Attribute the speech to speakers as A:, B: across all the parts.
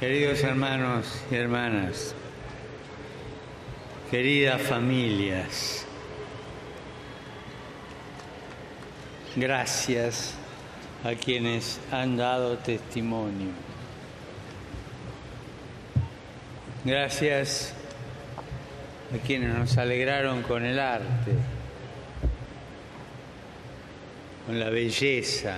A: Queridos hermanos y hermanas, queridas familias, gracias a quienes han dado testimonio. Gracias a quienes nos alegraron con el arte, con la belleza,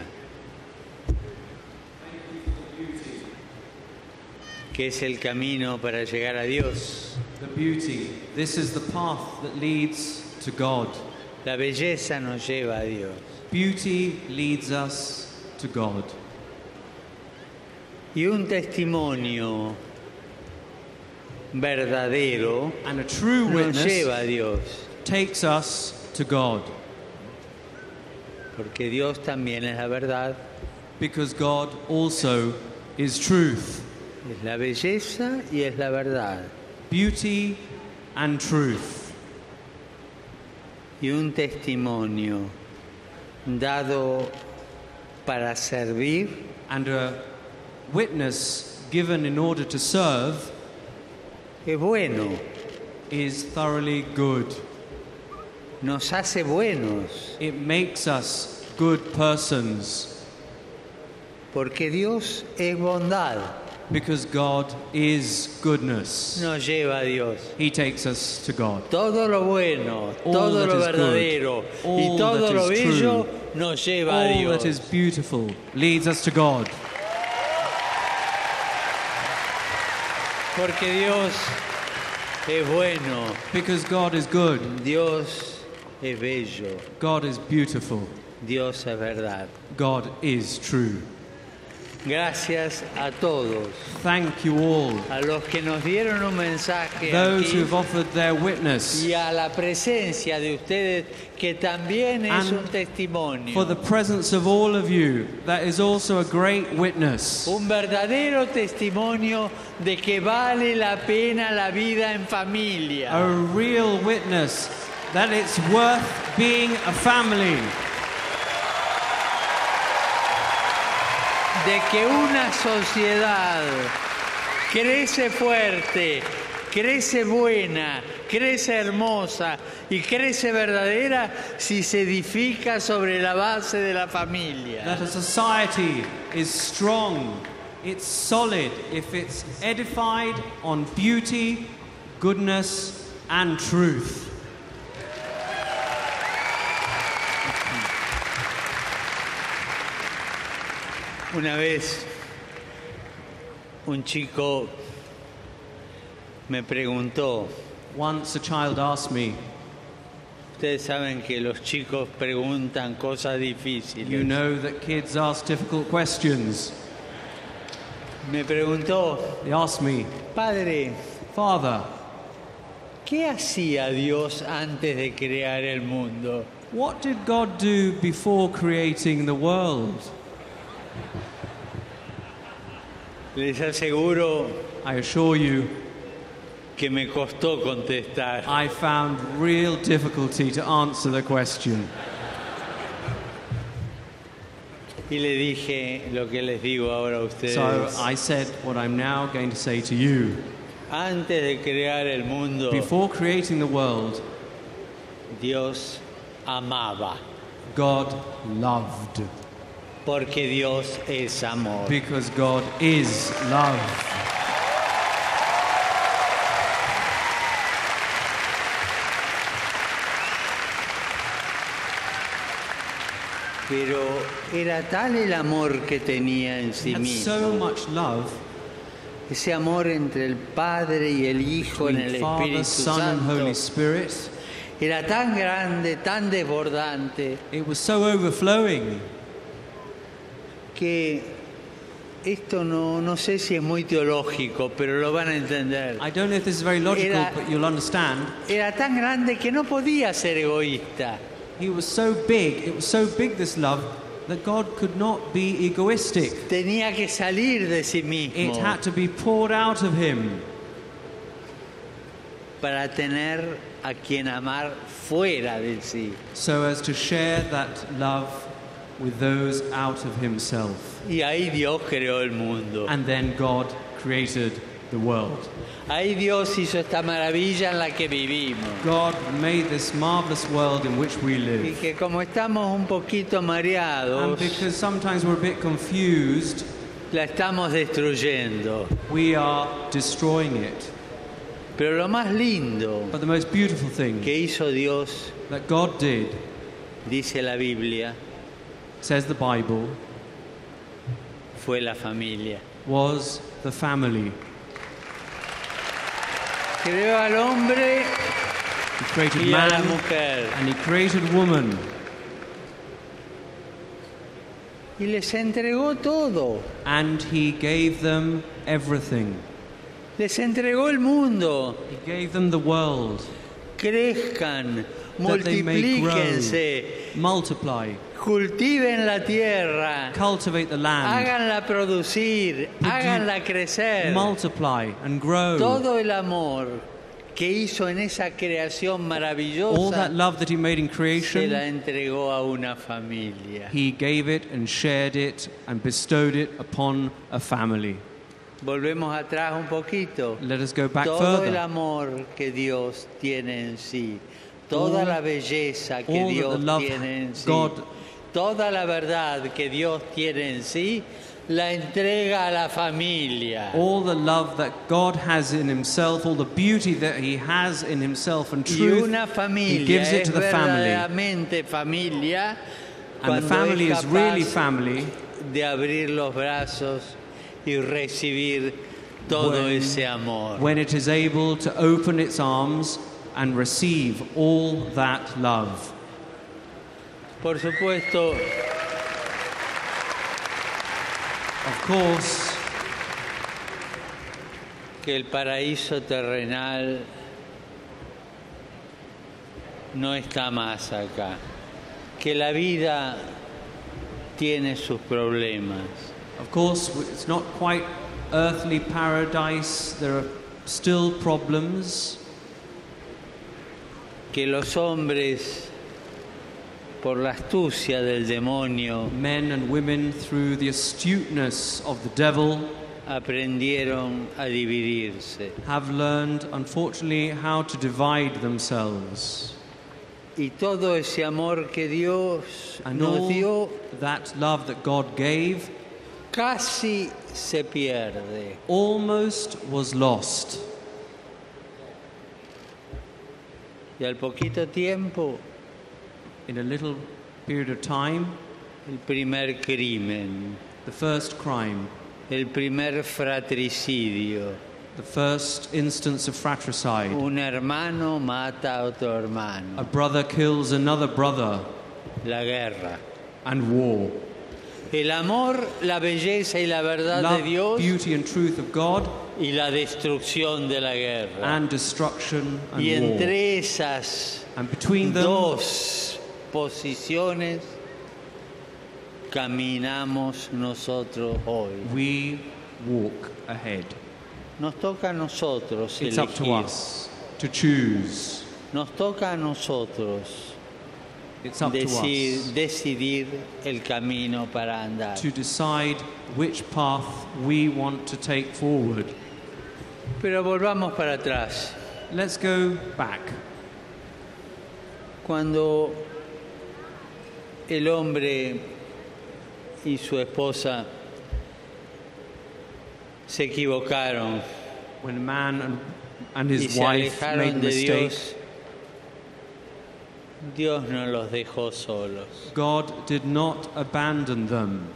A: que es el camino para llegar a Dios.
B: The beauty. This is the path that leads to God.
A: La belleza nos lleva a Dios.
B: Beauty leads us to God.
A: Y un testimonio verdadero
B: And a true
A: nos lleva a
B: witness
A: Dios,
B: takes us to God
A: porque Dios también es la verdad,
B: because God also is truth.
A: es la belleza y es la verdad.
B: Beauty and truth.
A: Y un testimonio dado para servir
B: And a witness given in order to serve
A: es bueno,
B: is thoroughly good.
A: nos hace buenos,
B: It makes us good persons
A: porque Dios es bondad,
B: because God is goodness.
A: nos lleva a Dios.
B: He takes us to God.
A: Todo lo bueno,
B: All
A: todo
B: that
A: lo
B: is
A: verdadero
B: good,
A: y
B: all
A: todo
B: that
A: lo
B: is
A: bello
B: true,
A: nos lleva a
B: All
A: Dios.
B: that is beautiful leads us to God
A: Porque Dios es bueno,
B: because God is good,
A: Dios es bello,
B: God is beautiful,
A: Dios es verdad.
B: God is true.
A: Gracias a todos,
B: Thank you all,
A: a los que nos dieron un mensaje
B: those
A: aquí
B: who've offered their witness,
A: y a la presencia de ustedes que también es
B: And
A: un testimonio.
B: for the presence of all of you. That is also a great witness,
A: Un verdadero testimonio de que vale la pena la vida en familia.
B: a real witness that it's worth being a family,
A: de que una sociedad crece fuerte, crece buena, crece hermosa y crece verdadera si se edifica sobre la base de la familia.
B: that a society is strong, it's solid if it's edified on beauty, goodness, and truth.
A: Una vez un chico me preguntó,
B: Once a child asked me,
A: ustedes saben que los chicos preguntan cosas
B: You
A: difíciles,
B: know that kids ask difficult questions.
A: me preguntó,
B: They asked me,
A: padre,
B: Father,
A: ¿qué hacía Dios antes de crear el mundo?
B: what did God do before creating the world?
A: Les aseguro
B: I assure you,
A: que me costó contestar.
B: I found real difficulty to answer the question.
A: Y le dije lo que les digo ahora a ustedes.
B: So I said what I'm now going to say to you.
A: Antes de crear el mundo,
B: Before creating the world,
A: Dios amaba,
B: God loved.
A: porque Dios es amor.
B: Because God is love.
A: Pero era tal el amor que tenía en sí
B: And so
A: mismo,
B: much love
A: ese amor entre el Padre y el Hijo en el
B: between Father,
A: Espíritu
B: Son, and Holy
A: Santo,
B: Spirit.
A: era tan grande, tan desbordante,
B: It was so overflowing
A: que esto no, no sé si es muy teológico, pero lo van a entender.
B: I don't know if this is very logical,
A: Era-
B: but you'll understand.
A: Era tan grande que no podía ser egoísta.
B: He was so big, it was so big, this love, that God could not be egoistic.
A: Tenía que salir de sí
B: It
A: mismo
B: had to be poured out of him
A: para tener a quien amar fuera de sí.
B: so as to share that love with those out of himself.
A: Y ahí Dios creó el mundo.
B: Ah. And then God created the world.
A: Ahí Dios hizo esta maravilla en la que vivimos.
B: God made this marvelous world in which we
A: Y
B: live.
A: que como estamos un poquito
B: And
A: mareados,
B: because sometimes we're a bit confused,
A: la estamos destruyendo.
B: we are destroying it.
A: Pero lo más lindo
B: But the most beautiful thing
A: que hizo Dios,
B: that God did,
A: dice la Biblia,
B: says the Bible,
A: fue la familia.
B: was the family.
A: Creó al hombre
B: He created
A: y a la
B: man
A: mujer
B: and he created woman
A: y les entregó todo.
B: and he gave them everything.
A: Les entregó el mundo.
B: He gave them the world
A: Crezcan,
B: that they may
A: multiplíquense,
B: grow, multiply,
A: cultiven la tierra,
B: cultivate the land,
A: háganla producir,
B: Produ-
A: háganla crecer.
B: multiply and grow.
A: Todo el amor que hizo en esa creación
B: All that
A: maravillosa
B: love that he made in
A: se la
B: creation,
A: entregó a una familia.
B: he gave it and shared it and bestowed it upon a family.
A: Volvemos atrás un poquito.
B: Let us go back
A: Todo el
B: further.
A: amor que Dios tiene en sí, toda
B: All-
A: la belleza que
B: all that
A: Dios
B: the love
A: tiene en sí,
B: God-
A: toda la verdad que Dios tiene en sí, la entrega a la familia.
B: All the love that God has in himself, all the beauty that he has in himself and
A: y
B: truth,
A: una
B: he
A: familia
B: gives it
A: es
B: to the family.
A: verdaderamente familia
B: And
A: cuando
B: the family
A: es
B: is really
A: capaz
B: family
A: de abrir los brazos y recibir todo
B: When-
A: ese amor.
B: when it is able to open its arms and receive all that love.
A: Por supuesto,
B: Of course,
A: que el paraíso terrenal no está más acá, que la vida tiene sus problemas,
B: of course, it's not quite earthly paradise. There are still problems.
A: que los hombres, por la astucia del demonio,
B: Men and women, through the astuteness of the devil,
A: aprendieron a dividirse
B: have learned, unfortunately, how to divide themselves.
A: y todo ese amor que Dios
B: And
A: nos dio
B: all that love that God gave
A: casi se pierde.
B: almost was lost.
A: Y al poquito tiempo,
B: In a little period of time,
A: el primer crimen.
B: the first crime,
A: El primer fratricidio.
B: the first instance of fratricide,
A: Un hermano mata a otro hermano.
B: a brother kills another brother,
A: La guerra.
B: and war.
A: El amor, la belleza y la verdad de
B: Love,
A: Dios
B: beauty, and truth of God,
A: y la destrucción de la guerra.
B: and destruction and
A: Y
B: war.
A: entre esas
B: And between them,
A: dos posiciones caminamos nosotros hoy.
B: we walk ahead.
A: Nos toca a nosotros
B: It's up to
A: elegir.
B: us to choose.
A: Nos toca a nosotros
B: It's up
A: decir,
B: to
A: decidir el camino para andar.
B: us to decide which path we want to take forward.
A: Pero volvamos para atrás.
B: Let's go back.
A: Cuando el hombre y su esposa se equivocaron
B: When a man and, and
A: y
B: his
A: se
B: wife made a
A: alejaron de
B: mistake,
A: Dios, Dios no los dejó solos.
B: God did not abandon them.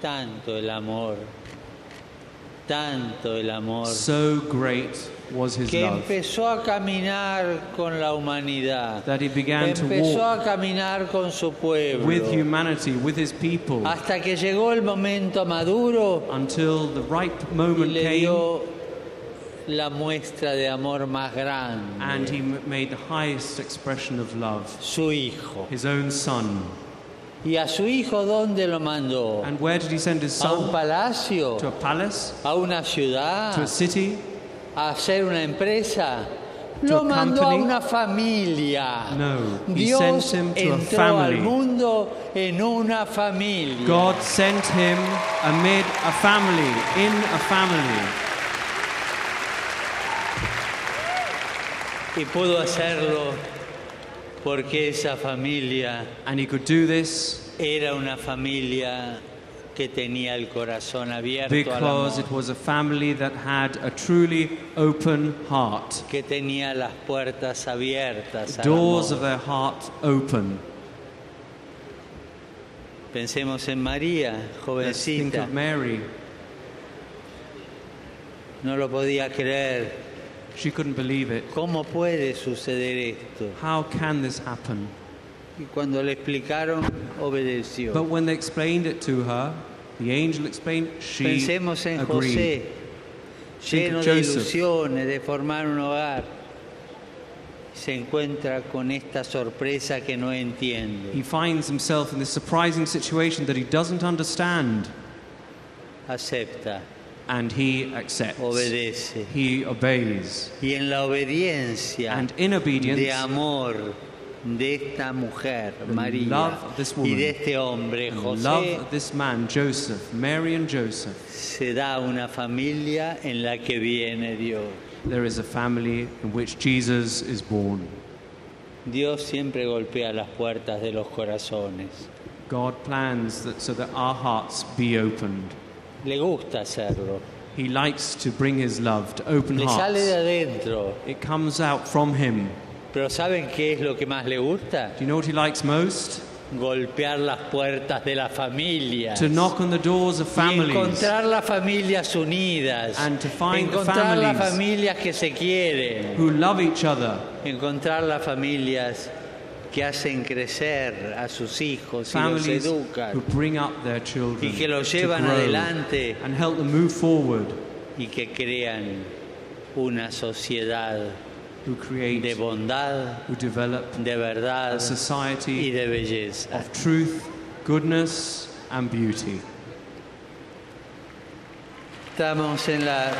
A: Tanto el amor, tanto el amor,
B: So great was his
A: que
B: love
A: empezó a caminar con la humanidad.
B: that he began to
A: Empezó
B: walk
A: a caminar con su pueblo.
B: with humanity, with his people,
A: Hasta que llegó el momento maduro
B: until the right
A: y
B: moment
A: le
B: came
A: dio la muestra de amor más
B: and
A: grande,
B: he m- made the highest expression of love,
A: su hijo.
B: his own son.
A: ¿Y a su hijo dónde lo mandó?
B: And where did he send his
A: ¿A un Ah.
B: son?
A: palacio?
B: To a palace?
A: ¿A una
B: To a
A: ciudad?
B: city?
A: ¿A hacer una empresa?
B: to
A: Lo
B: a
A: mandó a
B: company.
A: una familia.
B: No, he
A: Dios
B: sent him to a
A: entró al
B: family.
A: mundo en una familia.
B: God sent him amid a family, in a family,
A: Y pudo hacerlo porque esa familia
B: and he could do this
A: era una familia que tenía el corazón abierto al
B: because
A: amor,
B: it was a family that had a truly open heart.
A: que tenía las puertas abiertas al
B: Doors of
A: amor.
B: their heart open.
A: Pensemos en María,
B: Let's think
A: jovencita,
B: of Mary.
A: no lo podía creer.
B: She couldn't believe it.
A: ¿Cómo puede suceder esto?
B: How can this happen?
A: Y cuando le explicaron, obedeció.
B: But when they explained it to her, the angel explained, she
A: Pensemos en
B: agreed.
A: José,
B: Think
A: lleno
B: of
A: de
B: Joseph.
A: ilusiones de formar un hogar. Se encuentra con esta sorpresa que no entiende.
B: He finds himself in this surprising situation that he doesn't understand,
A: Acepta,
B: and he accepts.
A: obedece.
B: He obeys.
A: Y en la obediencia
B: And in
A: de
B: obedience,
A: amor de esta mujer, María,
B: love of this
A: y
B: woman,
A: de este hombre,
B: in
A: José,
B: love of this man, Joseph, Mary and Joseph,
A: se da una familia en la que viene Dios.
B: there is a family in which Jesus is born.
A: Dios siempre golpea las puertas de los corazones.
B: God plans that so that our hearts be opened.
A: Le gusta hacerlo.
B: He likes to bring his love to open
A: Le sale de
B: hearts.
A: adentro.
B: It comes out from him.
A: Pero ¿saben qué es lo que más le gusta?
B: Do you know what he likes most?
A: Golpear las puertas de las familias.
B: To knock on the doors of
A: Y
B: families.
A: encontrar las familias unidas.
B: And to find the
A: encontrar las
B: families.
A: familias que se quieren.
B: who love each other,
A: Encontrar las familias que hacen crecer a sus hijos y
B: families
A: los
B: who
A: educan.
B: bring up their children
A: Y que los
B: to
A: llevan
B: grow
A: adelante.
B: and help them move forward,
A: Y que crean una sociedad
B: who create,
A: de bondad,
B: who develop
A: de verdad
B: a society
A: y de belleza.
B: of truth, goodness, and beauty.
A: Estamos en la.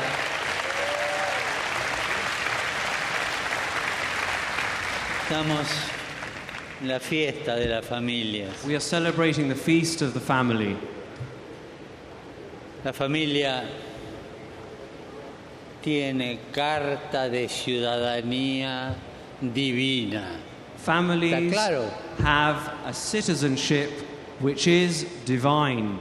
A: Estamos en la fiesta de las familias.
B: We are celebrating the feast of the family.
A: La familia tiene carta de ciudadanía divina.
B: Families
A: claro.
B: have a citizenship which is divine.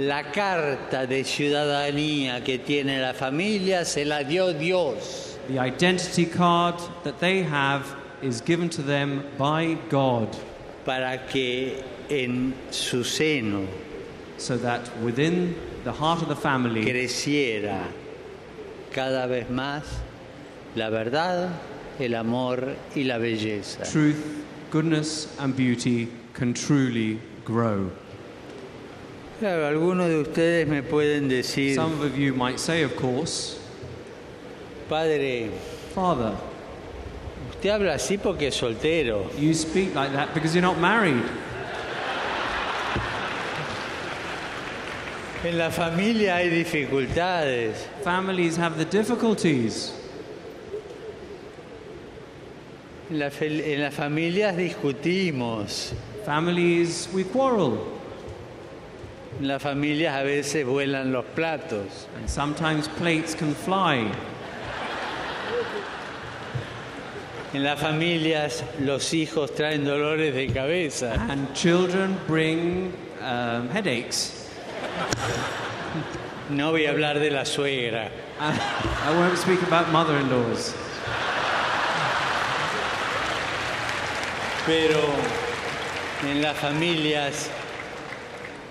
A: La carta de ciudadanía que tiene la familia se la dio Dios.
B: The identity card that they have is given to them by God,
A: para que en su seno
B: so that within the heart of the family,
A: creciera cada vez más la verdad, el amor y la belleza.
B: truth, goodness, and beauty can truly grow.
A: Claro, algunos de ustedes me pueden decir,
B: Some of you might say, of course,
A: padre,
B: Father,
A: usted habla así porque es soltero.
B: you speak like that because you're not married.
A: En la familia hay dificultades.
B: Families have the difficulties.
A: En, la fel- en las familias discutimos.
B: Families, we quarrel.
A: En las familias a veces vuelan los platos.
B: And sometimes plates can fly.
A: En las familias los hijos traen dolores de cabeza.
B: And children bring um, headaches.
A: No voy a hablar de la suegra.
B: Uh, I won't speak about mother in laws.
A: Pero en las familias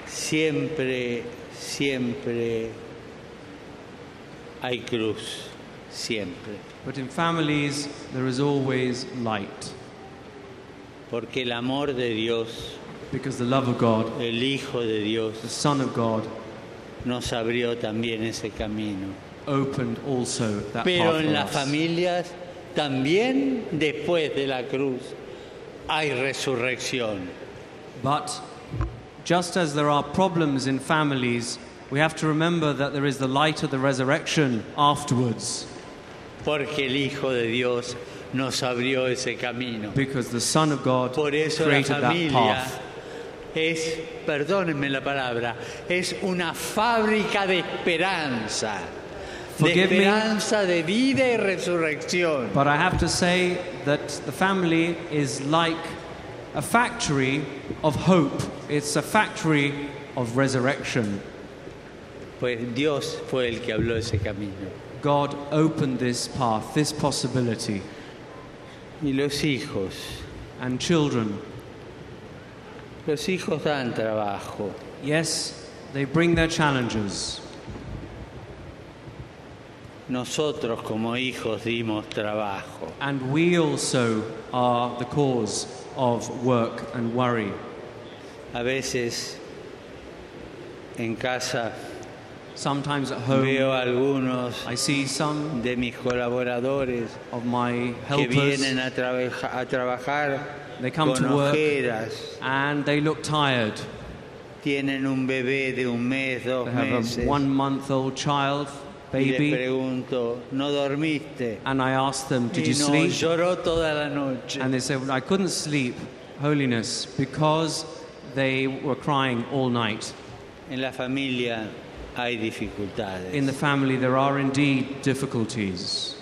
A: siempre, siempre hay cruz, siempre.
B: But in families, there is always light
A: Porque el amor de Dios,
B: because the love of God,
A: el Hijo de
B: the
A: Dios,
B: Son of God,
A: nos abrió también ese camino.
B: opened also that
A: Pero
B: path for
A: en las
B: us.
A: familias también después de la cruz hay resurrección.
B: But just as there are problems in families, we have to remember that there is the light of the resurrection afterwards.
A: porque el Hijo de Dios nos abrió ese camino.
B: because the Son of God
A: Por eso la
B: created that
A: familia
B: path.
A: es, perdónenme la palabra, es una fábrica de esperanza. De
B: Forgive me.
A: esperanza de vida y resurrección.
B: But I have to say that the family is like a factory of hope, it's a factory of resurrection.
A: Pues Dios fue el que habló ese camino.
B: God opened this path, this possibility.
A: Y los hijos,
B: And children,
A: los hijos dan trabajo.
B: yes, they bring their challenges.
A: Nosotros como hijos dimos trabajo.
B: And we also are the cause of work and worry.
A: A veces en casa
B: Sometimes at home,
A: veo a algunos
B: I see some
A: de mis colaboradores
B: of my
A: que vienen
B: helpers,
A: a, trabeja- a trabajar
B: They come
A: con
B: to work.
A: ojeras.
B: and they look tired.
A: Tienen un bebé de un mes, dos
B: They have a
A: meses.
B: one month old child,
A: Y les
B: baby,
A: pregunto, ¿no dormiste?
B: and I ask them, Did
A: Y
B: you
A: no,
B: sleep?
A: lloró toda la noche.
B: And they say, well, I couldn't sleep, holiness, because they were crying all night.
A: En la familia hay dificultades.
B: In the family, there are indeed difficulties,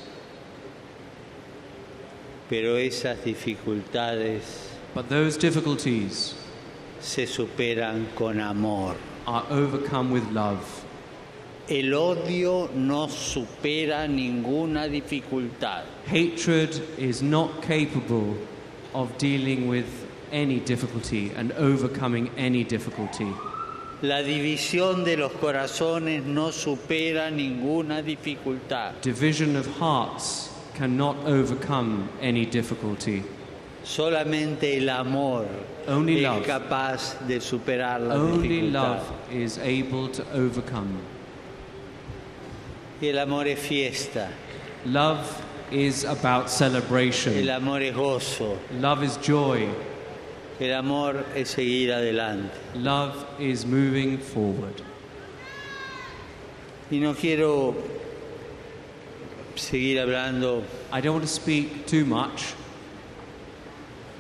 A: Pero esas dificultades
B: but those difficulties
A: se superan con amor.
B: are overcome with love.
A: El odio no supera ninguna dificultad.
B: Hatred is not capable of dealing with any difficulty and overcoming any difficulty.
A: La división de los corazones no supera ninguna dificultad.
B: Division of hearts cannot overcome any difficulty.
A: Solamente el amor
B: Only
A: es
B: love.
A: capaz de superar la
B: Only
A: dificultad.
B: love is able to overcome.
A: Y el amor es fiesta,
B: Love is about
A: el
B: celebration.
A: amor es gozo,
B: Love is joy.
A: el amor es seguir adelante.
B: Love is moving forward.
A: Y no quiero seguir hablando
B: I don't want to speak too much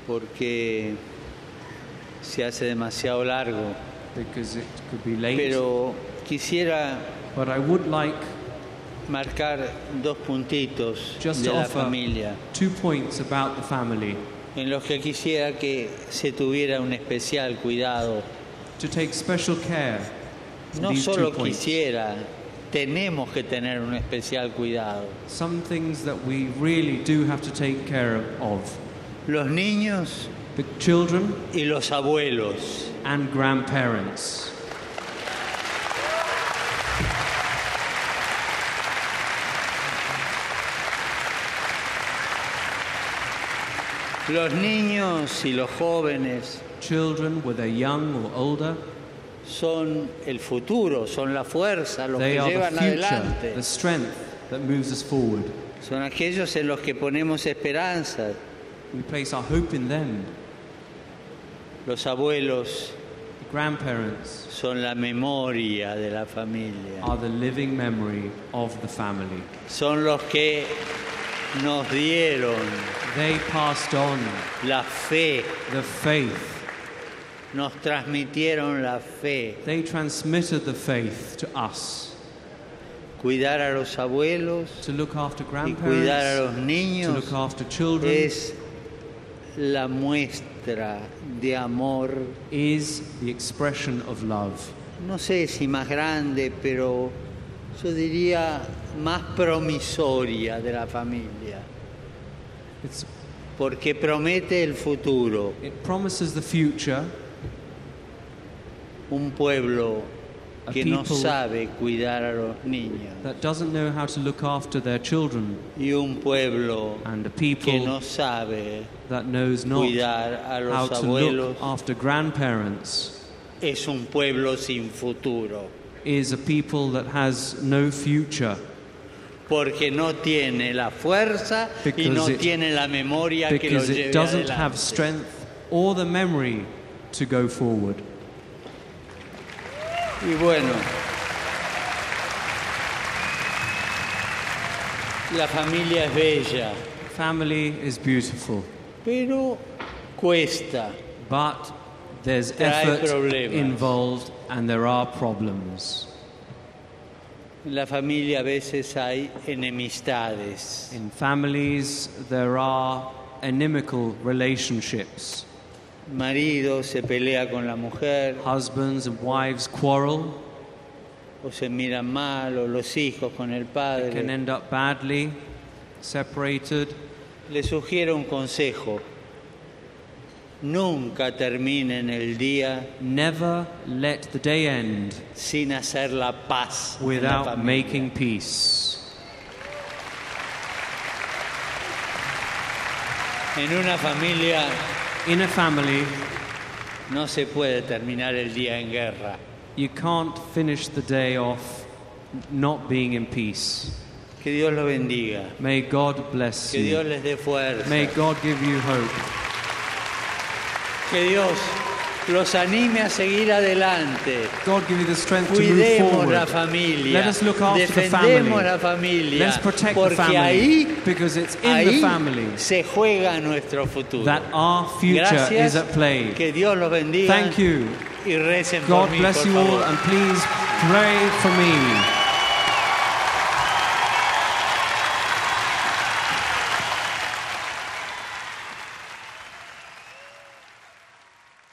A: porque se hace demasiado largo,
B: because it could be late,
A: pero quisiera
B: but I would like
A: marcar dos puntitos
B: just
A: de
B: to
A: la
B: offer
A: familia
B: two points about the family
A: en los que quisiera que se tuviera un especial cuidado.
B: to take special care. to
A: No
B: these two
A: solo
B: points.
A: quisiera, tenemos que tener un especial cuidado.
B: Some things that we really do have to take care of
A: Los niños
B: the children
A: y los abuelos.
B: and grandparents.
A: Los niños y los jóvenes
B: Children, whether young or older,
A: son el futuro, son la fuerza, los
B: they
A: que
B: are the
A: llevan
B: future,
A: adelante.
B: the strength that moves us forward.
A: Son aquellos en los que ponemos esperanzas.
B: We place our hope in them.
A: Los abuelos
B: The grandparents
A: son la memoria de la familia.
B: are the living memory of the family.
A: Son los que nos dieron
B: They passed on
A: la fe,
B: the faith
A: nos transmitieron la fe.
B: They transmitted the faith to us
A: Cuidar a los abuelos
B: to look after
A: y cuidar a los
B: grandparents, to
A: niños
B: look after children
A: es la muestra de amor,
B: is the expression of love.
A: no sé si más grande, pero yo diría más promisoria de la familia,
B: It's,
A: porque promete el futuro,
B: it promises the future,
A: un pueblo
B: A
A: que no
B: people-
A: sabe cuidar a los niños
B: that doesn't know how to look after their children,
A: y un pueblo
B: and a
A: que
B: people
A: no sabe
B: that knows not
A: cuidar a
B: how
A: los
B: to
A: abuelos
B: look after grandparents
A: es un pueblo sin futuro,
B: is a people that has no future
A: porque no tiene la fuerza y
B: Because
A: no
B: it-
A: tiene la memoria que lo
B: because
A: lleve
B: it doesn't
A: adelante.
B: have strength or the memory to go forward.
A: Y bueno, La familia es bella,
B: Family is beautiful,
A: pero cuesta.
B: but there's
A: Trae
B: effort
A: problemas.
B: involved and there are problems.
A: En la familia a veces hay enemistades.
B: In families, there are inimical relationships.
A: Marido se pelea con la mujer,
B: Husbands and wives quarrel,
A: o se miran mal, o los hijos con el
B: can
A: padre.
B: end up badly, separated.
A: Le sugiero un consejo. Nunca terminen el día
B: Never let the day end
A: sin hacer la paz en la
B: without
A: familia.
B: making peace.
A: En una familia
B: In a family,
A: no se puede terminar el día en guerra.
B: you can't finish the day off not being in peace.
A: Que Dios los bendiga.
B: May God bless
A: Que Dios
B: you.
A: les dé fuerza.
B: May God give you hope.
A: Que Dios los anime a seguir adelante.
B: God give you the strength to move
A: Cuidemos la
B: forward.
A: familia.
B: Let us look after the
A: Defendemos
B: family.
A: la familia.
B: Let's protect the
A: porque
B: family
A: ahí,
B: because it's in the
A: ahí
B: family
A: se juega nuestro futuro.
B: that our future
A: Gracias.
B: is at play.
A: Que Dios los bendiga.
B: Thank you.
A: Y recen por
B: God
A: mí,
B: bless
A: por
B: you all
A: favor.
B: and please pray for me.